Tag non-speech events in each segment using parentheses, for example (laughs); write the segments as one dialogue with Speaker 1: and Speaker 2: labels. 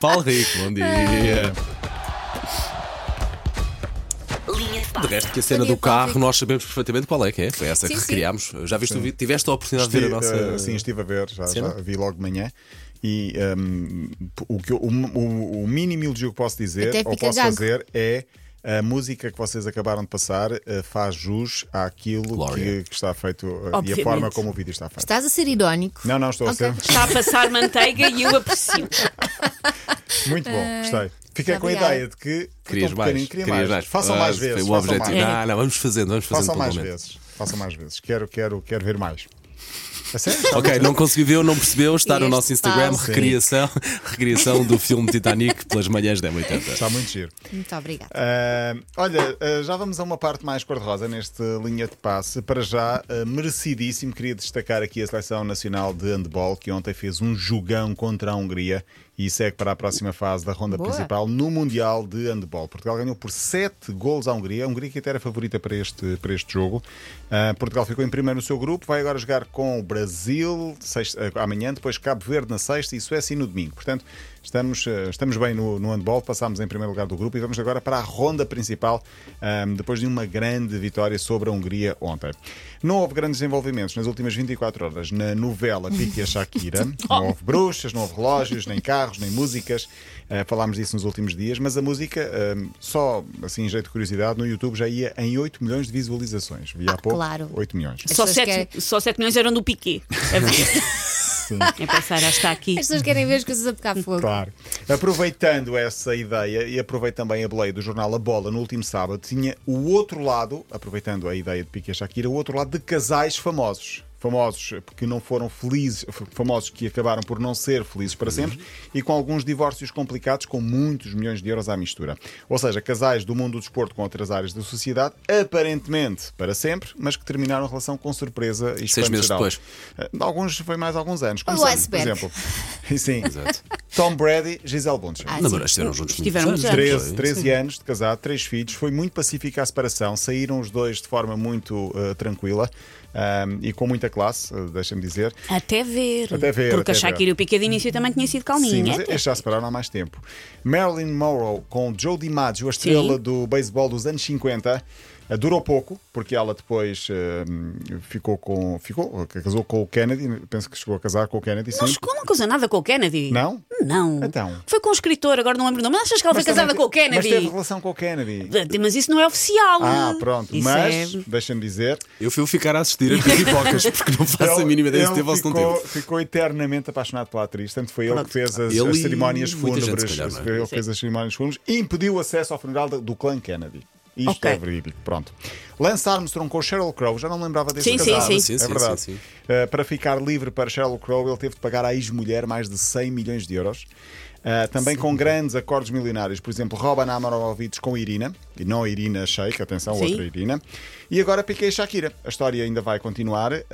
Speaker 1: Paulo Rico, bom dia.
Speaker 2: Linha de
Speaker 1: De
Speaker 2: passe.
Speaker 1: resto, que a cena
Speaker 3: Bom dia,
Speaker 1: do carro
Speaker 3: Paulo.
Speaker 1: nós sabemos perfeitamente qual é que é. Foi essa
Speaker 3: Sim,
Speaker 1: que
Speaker 3: sim.
Speaker 1: recriámos. Já viste, o vi- tiveste a oportunidade de
Speaker 4: Estive,
Speaker 1: ver a nossa.
Speaker 4: eh, sim, estive a ver, já,
Speaker 1: cena?
Speaker 4: já vi logo de manhã. E ehm, o, que eu- o, o, o mínimo elogio que posso dizer
Speaker 3: Até
Speaker 4: ou
Speaker 3: fica
Speaker 4: posso
Speaker 3: gago.
Speaker 4: fazer é a música que vocês acabaram de passar eh, faz jus àquilo
Speaker 1: Glória.
Speaker 4: que, que está feito eh, e
Speaker 2: Obviamente.
Speaker 4: a forma como o vídeo está feito.
Speaker 3: Estás a ser irónico.
Speaker 4: Não, não, estou
Speaker 3: Ok.
Speaker 4: a ser.
Speaker 2: Está a passar manteiga e eu aprecio.
Speaker 4: Muito bom, gostei. Fiquei com a
Speaker 3: Eh, obrigada.
Speaker 4: ideia de que
Speaker 1: Querias
Speaker 4: estou um
Speaker 1: mais?
Speaker 4: bocadinho, queria mais. Façam
Speaker 1: Ah,
Speaker 4: mais
Speaker 1: foi
Speaker 4: vezes.
Speaker 1: o
Speaker 4: façam
Speaker 1: objetivo. né? um
Speaker 4: mais.
Speaker 1: Não, não, vamos fazendo, vamos fazendo
Speaker 4: Façam mais
Speaker 1: pelo momento.
Speaker 4: vezes. Façam mais vezes. Quero, quero, quero ver mais. A sério? Está
Speaker 1: Ok,
Speaker 4: muito
Speaker 1: não conseguiu ver, não percebeu, está no
Speaker 3: Este
Speaker 1: nosso Instagram,
Speaker 3: Paulo Rico.
Speaker 1: recriação, (laughs) recriação do filme Titanic pelas manhãs da
Speaker 3: Assim,
Speaker 1: 80.
Speaker 4: Está muito giro.
Speaker 3: Muito obrigada.
Speaker 4: Ah, olha, ah, já vamos a uma parte mais cor-de-rosa neste linha de passe. Para já, ah, merecidíssimo, queria destacar aqui a seleção nacional de handball, que ontem fez um jogão contra a Hungria e segue para a próxima fase da ronda
Speaker 3: Boa.
Speaker 4: principal no Mundial de Handball. Portugal ganhou por 7 golos à Hungria. A Hungria que até era favorita para este, para este jogo. Ah, Portugal ficou em primeiro no seu grupo, vai agora jogar com o Brasil sexta- ah, amanhã, depois Cabo Verde na sexta e Suécia no domingo. Portanto, estamos, ah, estamos bem no, no handball, passámos em primeiro lugar do grupo e vamos agora para a ronda principal, ah, depois de uma grande vitória sobre a Hungria ontem. Não houve grandes desenvolvimentos nas últimas 24 horas na novela Pique e a
Speaker 3: (laughs)
Speaker 4: Shakira. Não houve bruxas, não houve relógios, nem carros, nem músicas. Ah, falámos disso nos últimos dias, mas a música, ah, só assim, em jeito de curiosidade, no YouTube já ia em 8 milhões de visualizações. Vi há
Speaker 3: Ah,
Speaker 4: pouco.
Speaker 3: claro.
Speaker 4: 8 milhões.
Speaker 3: As
Speaker 2: Só
Speaker 3: pessoas
Speaker 2: 7,
Speaker 3: querem-
Speaker 2: só sete milhões eram do Piquet. A ver. É pensar, já está aqui.
Speaker 3: As pessoas querem ver as coisas a pegar fogo.
Speaker 4: Claro. Aproveitando essa ideia, e aproveito também a boleia do jornal A Bola no último sábado, tinha o outro lado, aproveitando a ideia de Piquet e Shakira, o outro lado de casais famosos. Famosos que não foram felizes, f- famosos que acabaram por não ser felizes para sempre e com alguns divórcios complicados com muitos milhões de euros à mistura. Ou seja, casais do mundo do desporto com outras áreas da sociedade, aparentemente para sempre, mas que terminaram a relação com surpresa e espanto
Speaker 1: meses
Speaker 4: geral.
Speaker 1: depois.
Speaker 4: Eh, Alguns foi mais alguns anos.
Speaker 3: O
Speaker 4: Começando, por
Speaker 3: iceberg.
Speaker 4: exemplo. (laughs) Sim.
Speaker 1: Exato.
Speaker 4: Tom Brady, Gisele Bundchen.
Speaker 2: então.
Speaker 3: Ah,
Speaker 1: Namorados estiveram juntos
Speaker 2: Estiveram
Speaker 1: muitos é?
Speaker 2: juntos.
Speaker 4: 13, 13 anos de casado, três filhos, foi muito pacífica a separação, saíram os dois de forma muito eh, tranquila ahm, e com muita classe, eh, deixa-me dizer.
Speaker 2: Até ver.
Speaker 4: Até ver,
Speaker 2: Porque a
Speaker 4: até ver.
Speaker 2: Shakira e o Piquet de início também tinha sido
Speaker 4: Sim,
Speaker 2: calminha.
Speaker 4: mas é
Speaker 2: Até-
Speaker 4: estes já separaram há mais tempo. Marilyn Monroe com Joe DiMaggio, a estrela
Speaker 2: Sim.
Speaker 4: do beisebol dos anos 50. eh, Durou pouco, porque ela depois ahm, ficou com. ficou, eh, casou com o Kennedy, penso que chegou a casar com o Kennedy, sim.
Speaker 2: Não chegou, não casou nada com o Kennedy.
Speaker 4: Não?
Speaker 2: Não.
Speaker 4: Então.
Speaker 2: Foi com um escritor, agora não lembro o nome. Mas achas que ela foi casada
Speaker 4: também-
Speaker 2: com o
Speaker 4: Mas
Speaker 2: Kennedy?
Speaker 4: teve relação com o Kennedy.
Speaker 2: Mas isso não é oficial.
Speaker 4: Ah, pronto.
Speaker 2: Isso
Speaker 4: mas,
Speaker 2: é-
Speaker 4: deixa-me dizer,
Speaker 1: Eu fui ficar a assistir a pipocas porque não faço a
Speaker 4: Ele-
Speaker 1: mínima ideia se
Speaker 4: ele
Speaker 1: teve ou se não
Speaker 4: ficou-
Speaker 1: teve.
Speaker 4: Ficou eternamente apaixonado pela atriz, tanto foi ele
Speaker 2: Pronto.
Speaker 4: que fez as,
Speaker 1: Ele
Speaker 4: as
Speaker 1: e
Speaker 4: cerimónias
Speaker 1: muita gente,
Speaker 4: fúnebres.
Speaker 1: se calhar, não é?
Speaker 4: Ele que fez as cerimónias fúnebres e impediu o acesso ao funeral do, do clã Kennedy. Isto
Speaker 2: Ok.
Speaker 4: é verídico, pronto. Lance Armstrong com Sheryl Crow, já não me lembrava desse
Speaker 2: Sim, sim,
Speaker 4: casal.
Speaker 2: sim.
Speaker 1: Sim,
Speaker 4: É
Speaker 1: sim,
Speaker 4: verdade.
Speaker 1: sim, sim.
Speaker 4: Uh, para ficar livre para Sheryl Crow, ele teve de pagar à ex-mulher mais de 100 milhões de euros. Uh, também com grandes acordos milionários, por exemplo, Roban Abramovich com Irina, e não a Irina Sheikh, atenção,
Speaker 2: Sim.
Speaker 4: outra Irina. E agora Piquet e Shakira. A história ainda vai continuar. Uh,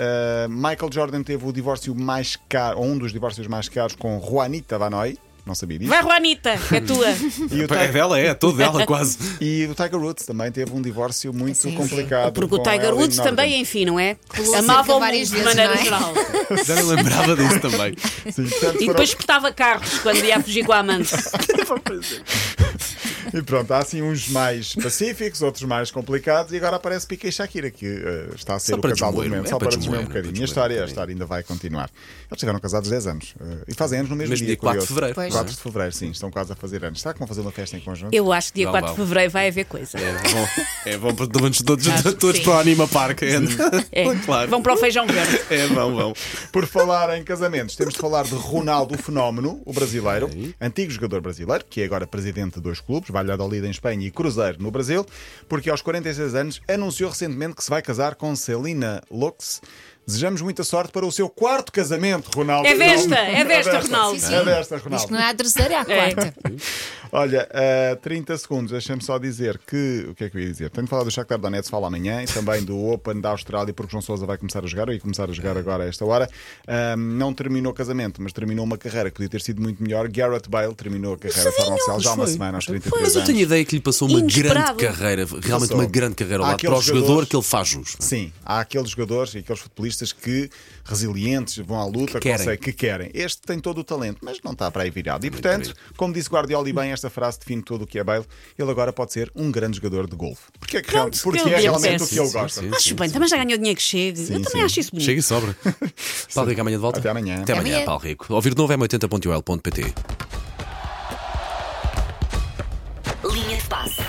Speaker 4: Michael Jordan teve o divórcio mais caro, ou um dos divórcios mais caros com Juanita Vanoy, não sabia disso.
Speaker 2: Vai, Juanita, é
Speaker 4: (laughs)
Speaker 2: tua.
Speaker 4: E o,
Speaker 1: É
Speaker 4: Ti-
Speaker 1: dela, é, é toda dela
Speaker 4: (laughs)
Speaker 1: quase.
Speaker 4: e o Tiger Woods também teve um divórcio muito
Speaker 3: Sim, sim.
Speaker 4: complicado.
Speaker 2: Porque o
Speaker 4: com
Speaker 2: Tiger
Speaker 4: Ellen
Speaker 2: Woods
Speaker 4: Norton.
Speaker 2: também, enfim, não é?
Speaker 3: Colou-se
Speaker 2: Amava o mundo
Speaker 3: várias
Speaker 2: de
Speaker 3: vezes,
Speaker 2: maneira
Speaker 3: não é?
Speaker 2: geral.
Speaker 1: Já não lembrava disso também.
Speaker 4: Sim, portanto,
Speaker 2: E
Speaker 4: foram-
Speaker 2: depois espetava carros quando ia a fugir com a amante.
Speaker 4: E pronto, há assim uns mais pacíficos, outros mais complicados, e agora aparece Piquet e Shakira, que eh, está a ser
Speaker 1: Só
Speaker 4: o
Speaker 1: para
Speaker 4: casal do
Speaker 1: desmoer,
Speaker 4: momento,
Speaker 1: é
Speaker 4: só
Speaker 1: para
Speaker 4: para
Speaker 1: desmoer,
Speaker 4: desmoer um
Speaker 1: é para desmoer
Speaker 4: bocadinho. E a
Speaker 1: um
Speaker 4: história, a
Speaker 1: bocadinho.
Speaker 4: história ainda vai continuar. Eles tiveram casados 10 anos eh, e fazem anos no mesmo,
Speaker 1: Mesmo dia, 4
Speaker 4: curioso.
Speaker 1: de fevereiro.
Speaker 3: Pois.
Speaker 4: 4 de fevereiro, sim, estão quase a fazer anos. Será que vão fazer uma festa em conjunto?
Speaker 2: Eu acho que dia
Speaker 1: Não,
Speaker 2: 4 de
Speaker 1: não.
Speaker 2: fevereiro vai haver coisa.
Speaker 1: É bom, é bom para todos, todos,
Speaker 2: Acho que
Speaker 1: todos
Speaker 2: sim.
Speaker 1: para o Anima Park. É,
Speaker 2: É.
Speaker 1: (laughs) claro.
Speaker 2: Vão para o feijão verde.
Speaker 1: É, vão, vão.
Speaker 4: Por falar em casamentos, temos de falar de Ronaldo o Fenómeno, o brasileiro, antigo jogador brasileiro, que é agora presidente de dois clubes, Valladolid em Espanha e Cruzeiro no Brasil, porque aos 46 anos anunciou recentemente que se vai casar com Celina Lux. Desejamos muita sorte para o seu quarto casamento, Ronaldo.
Speaker 2: É desta,
Speaker 4: Não-
Speaker 2: é desta,
Speaker 4: É
Speaker 2: Ronaldo.
Speaker 3: Sim, sim.
Speaker 4: É desta,
Speaker 3: Diz que
Speaker 4: Ronaldo.
Speaker 3: não é a terceira, é a
Speaker 2: É.
Speaker 3: quarta.
Speaker 4: Olha, eh, 30 segundos, deixa-me só dizer que. O que é que eu ia dizer? Tenho de falar do Shakhtar Donetsk, fala amanhã, e também do
Speaker 1: (laughs)
Speaker 4: Open da Austrália, porque o João Sousa vai começar a jogar, ou ia começar a jogar agora a esta hora. Ah, não terminou o casamento, mas terminou uma carreira que podia ter sido muito melhor. Garrett Bale terminou a carreira de
Speaker 2: Sabinho,
Speaker 4: forma oficial já há uma
Speaker 2: foi.
Speaker 4: semana, aos 33
Speaker 1: Mas eu
Speaker 4: anos.
Speaker 1: tenho a ideia que lhe passou uma
Speaker 2: Inesperado.
Speaker 1: grande carreira, realmente
Speaker 4: Passou.
Speaker 1: uma grande carreira ao
Speaker 4: Há
Speaker 1: lado para o
Speaker 4: aqueles
Speaker 1: jogador
Speaker 4: jogadores-
Speaker 1: que ele faz jus. é?
Speaker 4: Sim, há aqueles jogadores e aqueles futebolistas que resilientes vão à luta,
Speaker 1: Que
Speaker 4: que
Speaker 1: querem.
Speaker 4: querem. que querem. Este tem todo o talento, mas não está para aí virado. E portanto, como disse Guardiola e bem, esta frase define tudo o que é Bale. Ele agora pode ser um grande jogador de golfe. Porque é, que real-
Speaker 2: Pronto,
Speaker 4: porque
Speaker 2: que ele
Speaker 4: é realmente
Speaker 2: merece.
Speaker 4: o que ele
Speaker 1: Sim,
Speaker 4: gosta.
Speaker 1: sim, sim.
Speaker 2: Acho bem, também já ganhou dinheiro que chega. Eu também
Speaker 4: sim.
Speaker 2: acho isso bonito.
Speaker 1: Chega e (laughs) sobra. Paulo Rico amanhã de volta?
Speaker 4: Até amanhã.
Speaker 1: Até
Speaker 4: Até
Speaker 1: amanhã,
Speaker 3: amanhã.
Speaker 1: Paulo Rico. Ouvir de novo é 80.ol.pt.
Speaker 5: Linha de passe.